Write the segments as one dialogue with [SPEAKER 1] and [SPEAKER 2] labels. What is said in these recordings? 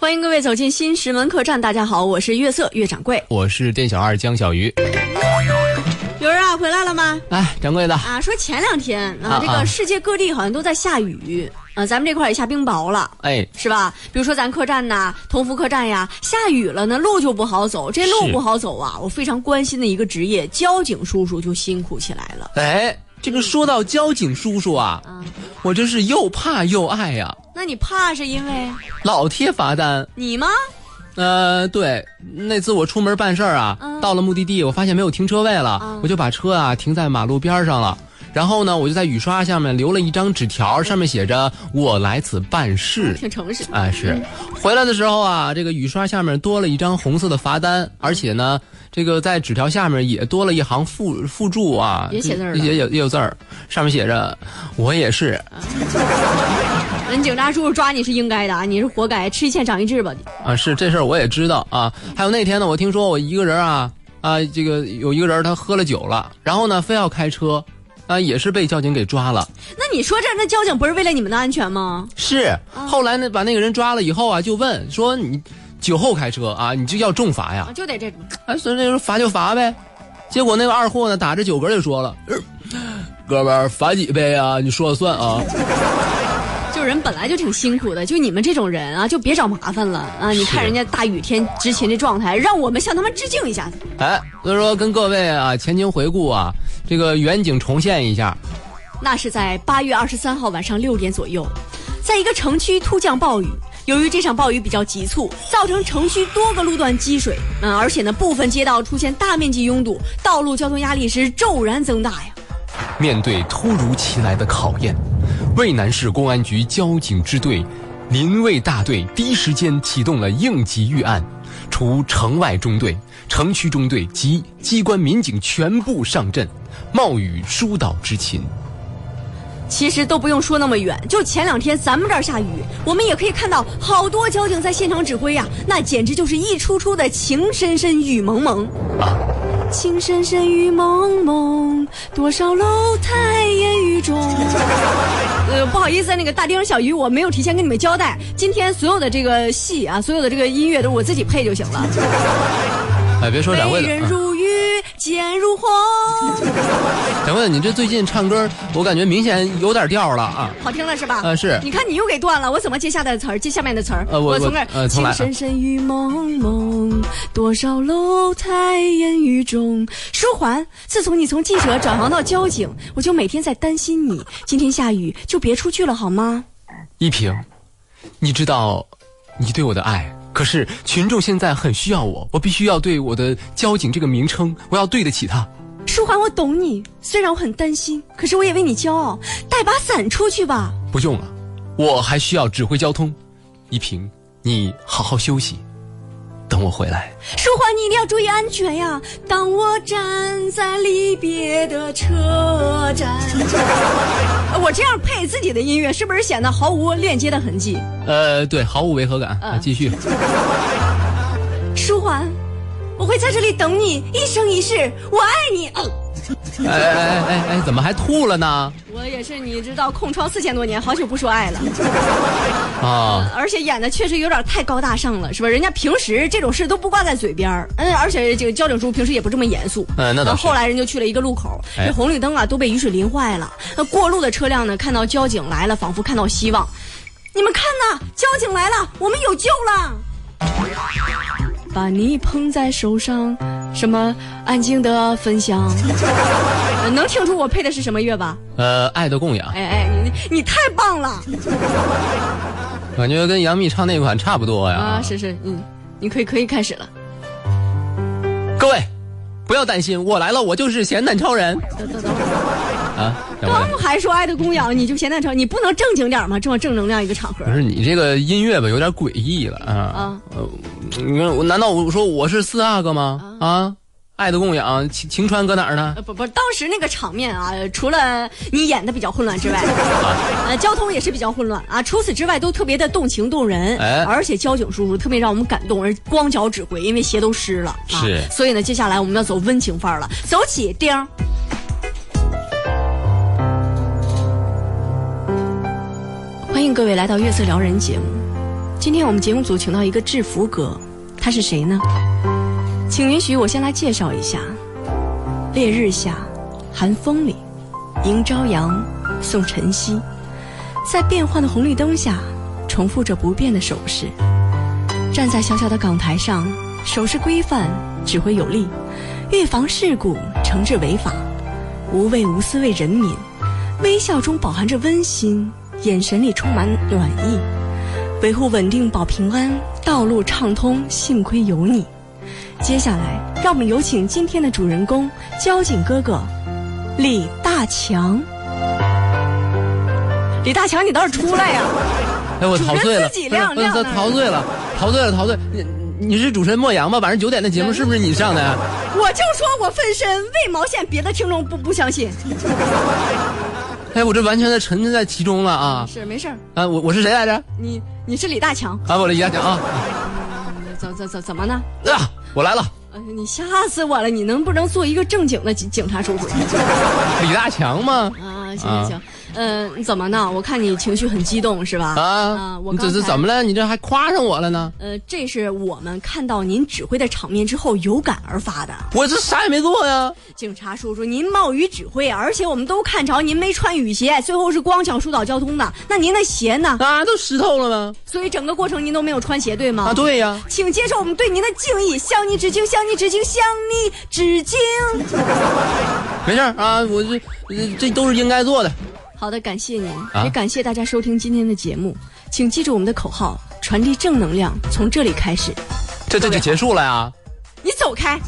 [SPEAKER 1] 欢迎各位走进新石门客栈，大家好，我是月色月掌柜。
[SPEAKER 2] 我是店小二江小鱼。
[SPEAKER 1] 有人啊，回来了吗？
[SPEAKER 2] 哎，掌柜的，
[SPEAKER 1] 啊，说前两天
[SPEAKER 2] 啊
[SPEAKER 1] 啊，这
[SPEAKER 2] 啊
[SPEAKER 1] 个世界各地好像都在下雨啊，咱们这块儿也下冰雹了。
[SPEAKER 2] 哎，
[SPEAKER 1] 是吧？比如说咱客栈呐，同福客栈呀，下雨了呢，路就不好走。这路
[SPEAKER 2] 是
[SPEAKER 1] 不好走啊，我非常关心的一个职业，交警叔叔就辛苦起来了。
[SPEAKER 2] 哎，这个说到交警叔叔啊，
[SPEAKER 1] 啊，
[SPEAKER 2] 我真是又怕又爱呀、
[SPEAKER 1] 那你怕是因为
[SPEAKER 2] 老贴罚单。
[SPEAKER 1] 你吗？
[SPEAKER 2] 呃，对，那次我出门办事儿啊，
[SPEAKER 1] 嗯
[SPEAKER 2] 到了目的地，我发现没有停车位了，
[SPEAKER 1] 嗯
[SPEAKER 2] 我就把车啊停在马路边儿上了。然后呢，我就在雨刷下面留了一张纸条，上面写着“我来此办事”。
[SPEAKER 1] 挺诚实。
[SPEAKER 2] 啊，是，回来的时候啊，这个雨刷下面多了一张红色的罚单，而且呢，这个在纸条下面也多了一行附附注啊，
[SPEAKER 1] 也写字儿了
[SPEAKER 2] 也有也有字儿，上面写着“我也是
[SPEAKER 1] 人警察叔叔抓你是应该的啊，你是活该，吃一堑长一智吧。
[SPEAKER 2] 啊，是这事儿我也知道啊。”还有那天呢，我听说我一个人啊啊，这个有一个人他喝了酒了，然后呢非要开车，啊也是被交警给抓了。
[SPEAKER 1] 那你说这那交警不是为了你们的安全吗？
[SPEAKER 2] 是，后来呢把那个人抓了以后啊，就问说你酒后开车啊，你就要重罚呀。
[SPEAKER 1] 啊，就得这种。
[SPEAKER 2] 哎，所以那时候罚就罚呗。结果那个二货呢，打着酒嗝就说了：“ 呃哥们儿，罚几杯啊？你说了算啊
[SPEAKER 1] 就人本来就挺辛苦的，就你们这种人啊，就别找麻烦了啊！你看人家大雨天执勤这状态，让我们向他们致敬一下！”
[SPEAKER 2] 哎，所以说跟各位啊，前情回顾啊，这个远景重现一下。
[SPEAKER 1] 那是在八月二十三号晚上六点左右，在一个城区突降暴雨。由于这场暴雨比较急促，造成城区多个路段积水，嗯，而且呢，部分街道出现大面积拥堵，道路交通压力是骤然增大呀。
[SPEAKER 2] 面对突如其来的考验，渭南市公安局交警支队临渭大队第一时间启动了应急预案，除城外中队、城区中队及机关民警全部上阵，冒雨疏导执勤。
[SPEAKER 1] 其实都不用说那么远，就前两天咱们这儿下雨，我们也可以看到好多交警在现场指挥呀、那简直就是一出出的情深深雨蒙蒙。
[SPEAKER 2] 啊
[SPEAKER 1] 情深深雨蒙蒙，多少楼台烟雨中。 呃，不好意思啊，那个大丁小鱼，我没有提前跟你们交代，今天所有的这个戏啊，所有的这个音乐都是我自己配就行了。
[SPEAKER 2] 哎，别说掌
[SPEAKER 1] 美
[SPEAKER 2] 柜的。
[SPEAKER 1] 人
[SPEAKER 2] 啊
[SPEAKER 1] 如玉，剑如虹，
[SPEAKER 2] 想问你这最近唱歌，我感觉明显有点调了啊！
[SPEAKER 1] 好听了是吧？
[SPEAKER 2] 呃是
[SPEAKER 1] 你看你又给断了，我怎么接下的词儿，接下面的词儿？
[SPEAKER 2] 呃我
[SPEAKER 1] 我从这
[SPEAKER 2] 我呃
[SPEAKER 1] 儿，
[SPEAKER 2] 重来
[SPEAKER 1] 情
[SPEAKER 2] 啊
[SPEAKER 1] 深深雨蒙蒙，多少楼台烟雨中。舒缓，自从你从记者转行到交警，我就每天在担心你。今天下雨就别出去了好吗？
[SPEAKER 2] 一平，你知道你对我的爱，可是群众现在很需要我，我必须要对我的交警这个名称，我要对得起他。
[SPEAKER 1] 舒缓，我懂你。虽然我很担心，可是我也为你骄傲。带把伞出去吧。
[SPEAKER 2] 不用了，我还需要指挥交通。一平，你好好休息，等我回来。
[SPEAKER 1] 舒缓，你一定要注意安全呀！当我站在离别的车站， 我这样配自己的音乐，是不是显得毫无链接的痕迹？
[SPEAKER 2] 呃，对，毫无违和感。啊、
[SPEAKER 1] 嗯
[SPEAKER 2] 继续。
[SPEAKER 1] 舒缓，我会在这里等你，一生一世，我爱你。哦
[SPEAKER 2] 哎哎哎哎哎，怎么还吐了呢？
[SPEAKER 1] 我也是，你知道，空窗四千多年，好久不说爱了，
[SPEAKER 2] 啊，
[SPEAKER 1] 而且演的确实有点太高大上了，是吧？人家平时这种事都不挂在嘴边儿，嗯，而且这个交警叔平时也不这么严肃，
[SPEAKER 2] 嗯、那倒
[SPEAKER 1] 然
[SPEAKER 2] 是
[SPEAKER 1] 后。来人就去了一个路口，
[SPEAKER 2] 哎
[SPEAKER 1] 这红绿灯啊都被雨水淋坏了。那过路的车辆呢，看到交警来了，仿佛看到希望。你们看呐，交警来了，我们有救了！把你捧在手上，什么安静的分享，呃 能听出我配的是什么乐吧？
[SPEAKER 2] 呃，爱的供养，
[SPEAKER 1] 哎哎，你你太棒了
[SPEAKER 2] 啊感觉跟杨幂唱那款差不多呀。
[SPEAKER 1] 啊！是是，嗯，你可以可以开始了。
[SPEAKER 2] 各位，不要担心，我来了，我就是咸蛋超人
[SPEAKER 1] 等等等会儿，
[SPEAKER 2] 啊！掌
[SPEAKER 1] 刚
[SPEAKER 2] 柜，
[SPEAKER 1] 还说爱的供养，你就现在成，你不能正经点儿吗？这么正能量一个场合
[SPEAKER 2] 不。是你这个音乐吧，有点诡异了啊
[SPEAKER 1] 啊！
[SPEAKER 2] 呃你看我难道我说我是四阿哥吗？啊，爱的供养，晴晴川搁哪儿呢？
[SPEAKER 1] 呃，不不，当时那个场面啊，除了你演的比较混乱之外，呃，交通也是比较混乱啊。除此之外，都特别的动情动人，
[SPEAKER 2] 哎
[SPEAKER 1] 而且交警叔叔特别让我们感动，而光脚指挥，因为鞋都湿了，啊、
[SPEAKER 2] 是
[SPEAKER 1] 所以呢，接下来我们要走温情范儿了，走起，丁儿。欢迎各位来到《月色撩人》节目，今天我们节目组请到一个制服哥，他是谁呢？请允许我先来介绍一下：烈日下，寒风里，迎朝阳，送晨曦，在变幻的红绿灯下，重复着不变的手势。站在小小的港台上，手势规范，指挥有力，预防事故，惩治违法，无畏无私为人民。微笑中饱含着温馨，眼神里充满暖意，维护稳定保平安，道路畅通，幸亏有你。接下来，让我们有请今天的主人公交警哥哥李大强。李大强，你倒是出来呀、
[SPEAKER 2] 哎，我
[SPEAKER 1] 主
[SPEAKER 2] 陶醉了，
[SPEAKER 1] 持人自己
[SPEAKER 2] 不是
[SPEAKER 1] 亮
[SPEAKER 2] 不是
[SPEAKER 1] 亮呢
[SPEAKER 2] 陶醉了，陶醉了，陶醉。你你是主持人莫阳吗？晚上九点的节目是不是你上的？
[SPEAKER 1] 我就说我分身为毛线，别的听众不不相信。
[SPEAKER 2] 哎，我这完全的沉浸在其中了啊！
[SPEAKER 1] 是没事儿，
[SPEAKER 2] 啊，我我是谁来着？
[SPEAKER 1] 你你是李大强，
[SPEAKER 2] 啊，我来一下讲啊
[SPEAKER 1] 怎怎怎怎么呢？
[SPEAKER 2] 啊，我来了，
[SPEAKER 1] 呃，你吓死我了！你能不能做一个正经的警警察叔叔？
[SPEAKER 2] 李大强吗？
[SPEAKER 1] 啊，行
[SPEAKER 2] 啊
[SPEAKER 1] 行行，嗯、你怎么呢？我看你情绪很激动是吧？
[SPEAKER 2] 啊，
[SPEAKER 1] 我
[SPEAKER 2] 你
[SPEAKER 1] 刚
[SPEAKER 2] 这
[SPEAKER 1] 才
[SPEAKER 2] 是怎么？了？你这还夸上我了呢？
[SPEAKER 1] 呃，这是我们看到您指挥的场面之后有感而发的，
[SPEAKER 2] 我这啥也没做呀！
[SPEAKER 1] 警察叔叔，您冒雨指挥，而且我们都看着您没穿雨鞋，最后是光脚疏导交通的。那您的鞋呢？
[SPEAKER 2] 啊，都湿透了吗？
[SPEAKER 1] 所以整个过程您都没有穿鞋，对吗？
[SPEAKER 2] 啊，。对呀，
[SPEAKER 1] 请接受我们对您的敬意，向你致敬，向你致敬，向你致敬。
[SPEAKER 2] 没事儿啊，我这这这都是应该做的。
[SPEAKER 1] 好的，感谢您，
[SPEAKER 2] 啊
[SPEAKER 1] 也感谢大家收听今天的节目。请记住我们的口号：传递正能量，从这里开始。
[SPEAKER 2] 这这就结束了呀？
[SPEAKER 1] 你走开。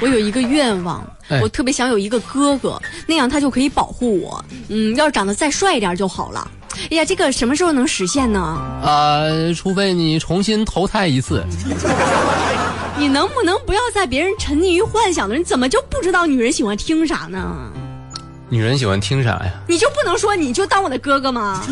[SPEAKER 1] 我有一个愿望，
[SPEAKER 2] 哎
[SPEAKER 1] 我特别想有一个哥哥，那样他就可以保护我。嗯，要是长得再帅一点就好了。哎呀，这个什么时候能实现呢？
[SPEAKER 2] 啊，除非你重新投胎一次。
[SPEAKER 1] 你能不能不要在别人沉溺于幻想的人，怎么就不知道女人喜欢听啥呢？
[SPEAKER 2] 女人喜欢听啥呀？
[SPEAKER 1] 你就不能说你就当我的哥哥吗？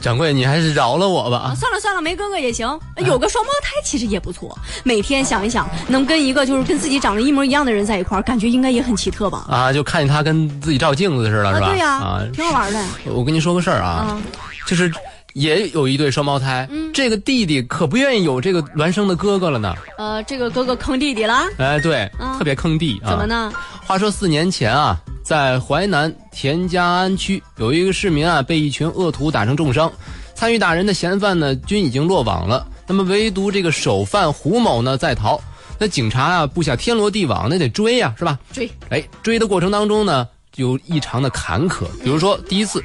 [SPEAKER 2] 掌柜，你还是饶了我吧啊！
[SPEAKER 1] 算了算了，没哥哥也行，有个双胞胎其实也不错。每天想一想，能跟一个就是跟自己长得一模一样的人在一块儿，感觉应该也很奇特吧？
[SPEAKER 2] 啊，就看见他跟自己照镜子似的，是吧？
[SPEAKER 1] 对呀、
[SPEAKER 2] 啊，
[SPEAKER 1] 挺好 玩的。
[SPEAKER 2] 我跟您说个事儿啊，
[SPEAKER 1] 啊嗯
[SPEAKER 2] 就是也有一对双胞胎，这个弟弟可不愿意有这个孪生的哥哥了呢。
[SPEAKER 1] 呃，这个哥哥坑弟弟了，
[SPEAKER 2] 哎，对，
[SPEAKER 1] 啊
[SPEAKER 2] 特别坑弟啊。
[SPEAKER 1] 怎么？呢？
[SPEAKER 2] 话说四年前啊，在淮南田家庵区有一个市民啊，被一群恶徒打成重伤，参与打人的嫌犯呢均已经落网了，那么唯独这个首犯胡某呢在逃。那警察啊布下天罗地网，那得追呀、是吧？
[SPEAKER 1] 追
[SPEAKER 2] 哎，追的过程当中呢，有异常的坎坷。比如说，第一次，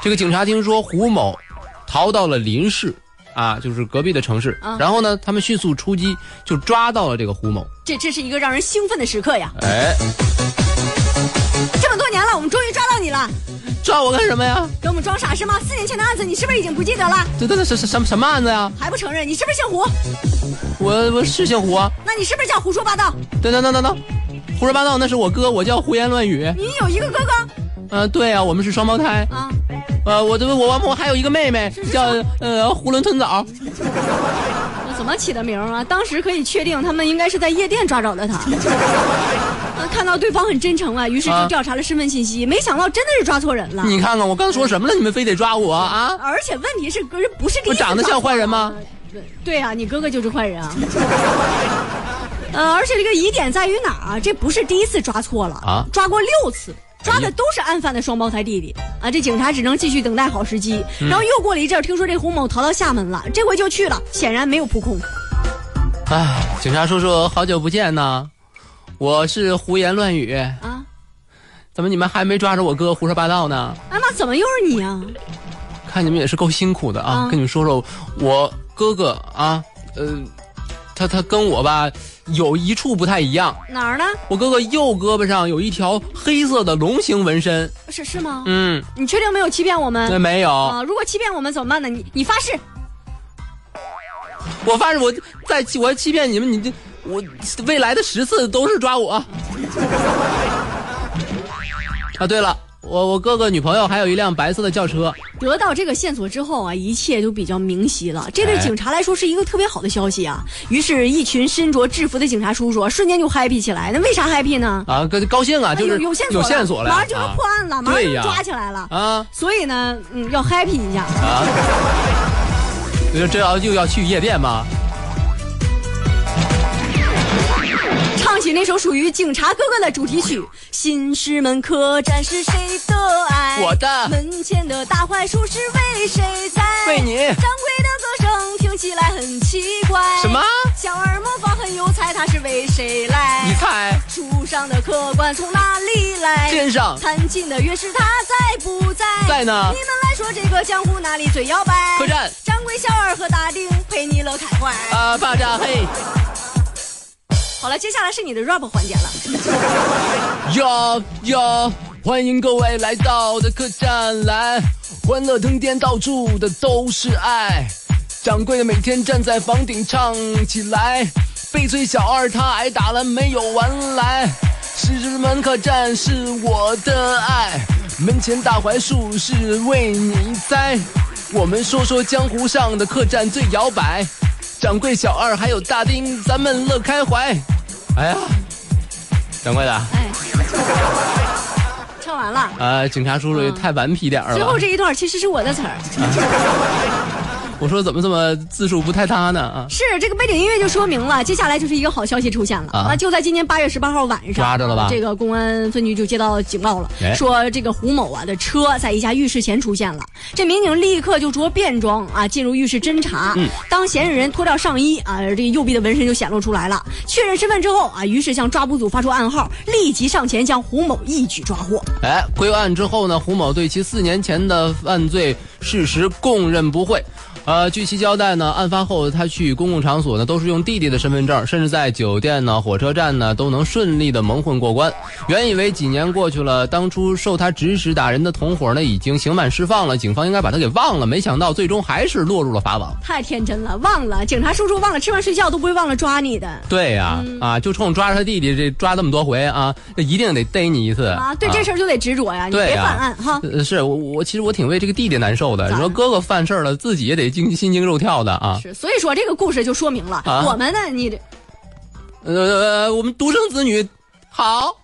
[SPEAKER 2] 这个警察听说胡某逃到了邻市，啊，就是隔壁的城市，
[SPEAKER 1] 啊
[SPEAKER 2] 然后呢，他们迅速出击，就抓到了这个胡某。
[SPEAKER 1] 这这是一个让人兴奋的时刻呀！
[SPEAKER 2] 哎，
[SPEAKER 1] 这么多年了，我们终于抓到你了，
[SPEAKER 2] 抓我干什么呀？
[SPEAKER 1] 给我们装傻是吗？四年前的案子你是不是已经不记得了？
[SPEAKER 2] 这这这什什什么案子呀？
[SPEAKER 1] 还不承认？你是不是姓胡？
[SPEAKER 2] 我我是姓胡啊！
[SPEAKER 1] 那你是不是叫胡说八道？
[SPEAKER 2] 等等等等等，胡说八道那是我哥，我叫胡言乱语。
[SPEAKER 1] 你有一个哥哥
[SPEAKER 2] 嗯、对啊，我们是双胞胎。
[SPEAKER 1] 啊？
[SPEAKER 2] 呃，我这我我还有一个妹妹
[SPEAKER 1] 是是
[SPEAKER 2] 叫呃囫囵吞枣。
[SPEAKER 1] 我怎么起的名儿啊？当时可以确定他们应该是在夜店抓着的他。 啊看到对方很真诚啊，于是就
[SPEAKER 2] 啊
[SPEAKER 1] 调查了身份信息，没想到真的是抓错人了。
[SPEAKER 2] 你看看我刚说什么了？你们非得抓我啊？
[SPEAKER 1] 而且问题是，不是不是第一
[SPEAKER 2] 我
[SPEAKER 1] 次
[SPEAKER 2] 长得
[SPEAKER 1] 抓
[SPEAKER 2] 像坏人吗？
[SPEAKER 1] 对啊，你哥哥就是坏人啊。 呃，而且这个疑点在于哪儿啊？这不是第一次抓错了
[SPEAKER 2] 啊
[SPEAKER 1] 抓过六次，抓
[SPEAKER 2] 哎
[SPEAKER 1] 的
[SPEAKER 2] 呀
[SPEAKER 1] 都是案犯的双胞胎弟弟啊。这警察只能继续等待好时机。
[SPEAKER 2] 嗯
[SPEAKER 1] 然后又过了一阵儿，听说这胡某逃到厦门了，这回就去了，显然没有扑空。
[SPEAKER 2] 哎，警察叔叔，好久不见呐！我是胡言乱语，
[SPEAKER 1] 啊，
[SPEAKER 2] 怎么你们还没抓着我哥胡说八道呢？
[SPEAKER 1] 哎妈，怎么又是你啊？
[SPEAKER 2] 看你们也是够辛苦的啊！
[SPEAKER 1] 啊
[SPEAKER 2] 跟你们说说，我哥哥啊，呃，他他跟我吧有一处不太一样，
[SPEAKER 1] 哪儿呢？
[SPEAKER 2] 我哥哥右胳膊上有一条黑色的龙形纹身。
[SPEAKER 1] 是是吗？
[SPEAKER 2] 嗯，
[SPEAKER 1] 你确定没有欺骗我
[SPEAKER 2] 那
[SPEAKER 1] 们？
[SPEAKER 2] 嗯没有，
[SPEAKER 1] 啊，如果欺骗我们怎么办呢？你你发誓，
[SPEAKER 2] 我发誓我再欺我欺骗你们，你这我 未来的十次都是抓我。啊，对了，我我哥哥女朋友还有一辆白色的轿车。
[SPEAKER 1] 得到这个线索之后啊，一切就比较明晰了。这
[SPEAKER 2] 哎
[SPEAKER 1] 对警察来说是一个特别好的消息啊。于是，一群身着制服的警察叔叔啊瞬间就 happy 起来。那为啥 happy 呢？
[SPEAKER 2] 啊，高高兴啊，
[SPEAKER 1] 哎
[SPEAKER 2] 就是
[SPEAKER 1] 有线索
[SPEAKER 2] 有
[SPEAKER 1] 了，
[SPEAKER 2] 线索了，啊
[SPEAKER 1] 马上就能破案了，马上
[SPEAKER 2] 对
[SPEAKER 1] 就
[SPEAKER 2] 呀
[SPEAKER 1] 抓起来了。
[SPEAKER 2] 啊
[SPEAKER 1] 所以呢，嗯，要 happy 一下。
[SPEAKER 2] 啊！这这要又要去夜店吗？
[SPEAKER 1] 唱起那首属于警察哥哥的主题曲《新师门客栈是谁的爱》，
[SPEAKER 2] 我的
[SPEAKER 1] 门前的大槐树是为谁栽？
[SPEAKER 2] 为你
[SPEAKER 1] 掌柜的歌声听起来很奇怪。
[SPEAKER 2] 什么
[SPEAKER 1] 小儿模仿很有才，他是为谁
[SPEAKER 2] 你
[SPEAKER 1] 来？
[SPEAKER 2] 猜，
[SPEAKER 1] 树上的客官从哪里来？
[SPEAKER 2] 肩上
[SPEAKER 1] 弹琴的乐师他在不在？
[SPEAKER 2] 在呢
[SPEAKER 1] 你们来说这个江湖哪里最摇摆？
[SPEAKER 2] 客栈
[SPEAKER 1] 掌柜小二和大丁陪你乐开怀。
[SPEAKER 2] 啊，巴扎嘿
[SPEAKER 1] 好了，接下来是你的 rap 环节了。
[SPEAKER 2] 哟哟，欢迎各位来到我的客栈来，欢乐腾天，到处的都是爱。掌柜的每天站在房顶唱起来，被追小二他挨打了没有完来。狮子门客栈是我的爱，门前大槐树是为你栽。我们说说江湖上的客栈最摇摆，掌柜小二还有大丁，咱们乐开怀。哎呀，掌柜的。
[SPEAKER 1] 哎，唱完了。
[SPEAKER 2] 啊，警察叔叔也太顽皮点儿
[SPEAKER 1] 嗯最后
[SPEAKER 2] 了。
[SPEAKER 1] 这一段其实是我的词儿，
[SPEAKER 2] 我说怎么这么字数不太搭呢？啊，
[SPEAKER 1] 是这个背景音乐就说明了，接下来就是一个好消息出现了
[SPEAKER 2] 啊
[SPEAKER 1] 就在今年八月十八号晚上，
[SPEAKER 2] 抓着了吧
[SPEAKER 1] 这个公安分局就接到警报了，
[SPEAKER 2] 哎
[SPEAKER 1] 说这个胡某啊的车在一家浴室前出现了。这民警立刻就着便装啊进入浴室侦查。
[SPEAKER 2] 嗯
[SPEAKER 1] 当嫌疑人脱掉上衣啊，这个右臂的纹身就显露出来了。确认身份之后啊，于是向抓捕组发出暗号，立即上前将胡某一举抓获。
[SPEAKER 2] 哎，归案之后呢，胡某对其四年前的犯罪事实供认不讳。呃，据其交代呢，案发后他去公共场所呢都是用弟弟的身份证，甚至在酒店呢、火车站呢都能顺利的蒙混过关。原以为几年过去了，当初受他指使打人的同伙呢已经刑满释放了，警方应该把他给忘了，没想到最终还是落入了法网。
[SPEAKER 1] 太天真了，忘了警察叔叔忘了吃饭睡觉都不会忘了抓你的
[SPEAKER 2] 对呀、啊，
[SPEAKER 1] 嗯
[SPEAKER 2] 就冲抓着他弟弟这抓这么多回啊，那一定得逮你一次
[SPEAKER 1] 啊！对这事
[SPEAKER 2] 儿。
[SPEAKER 1] 儿就得执着呀，你
[SPEAKER 2] 对
[SPEAKER 1] 别
[SPEAKER 2] 呀
[SPEAKER 1] 犯案哈。
[SPEAKER 2] 呃是我我其实我挺为这个弟弟难受的，
[SPEAKER 1] 咋
[SPEAKER 2] 你说哥哥犯事儿了，自己也得惊心惊肉跳的啊。
[SPEAKER 1] 是，所以说这个故事就说明了，
[SPEAKER 2] 啊
[SPEAKER 1] 我们呢，你这
[SPEAKER 2] 呃，我们独生子女好，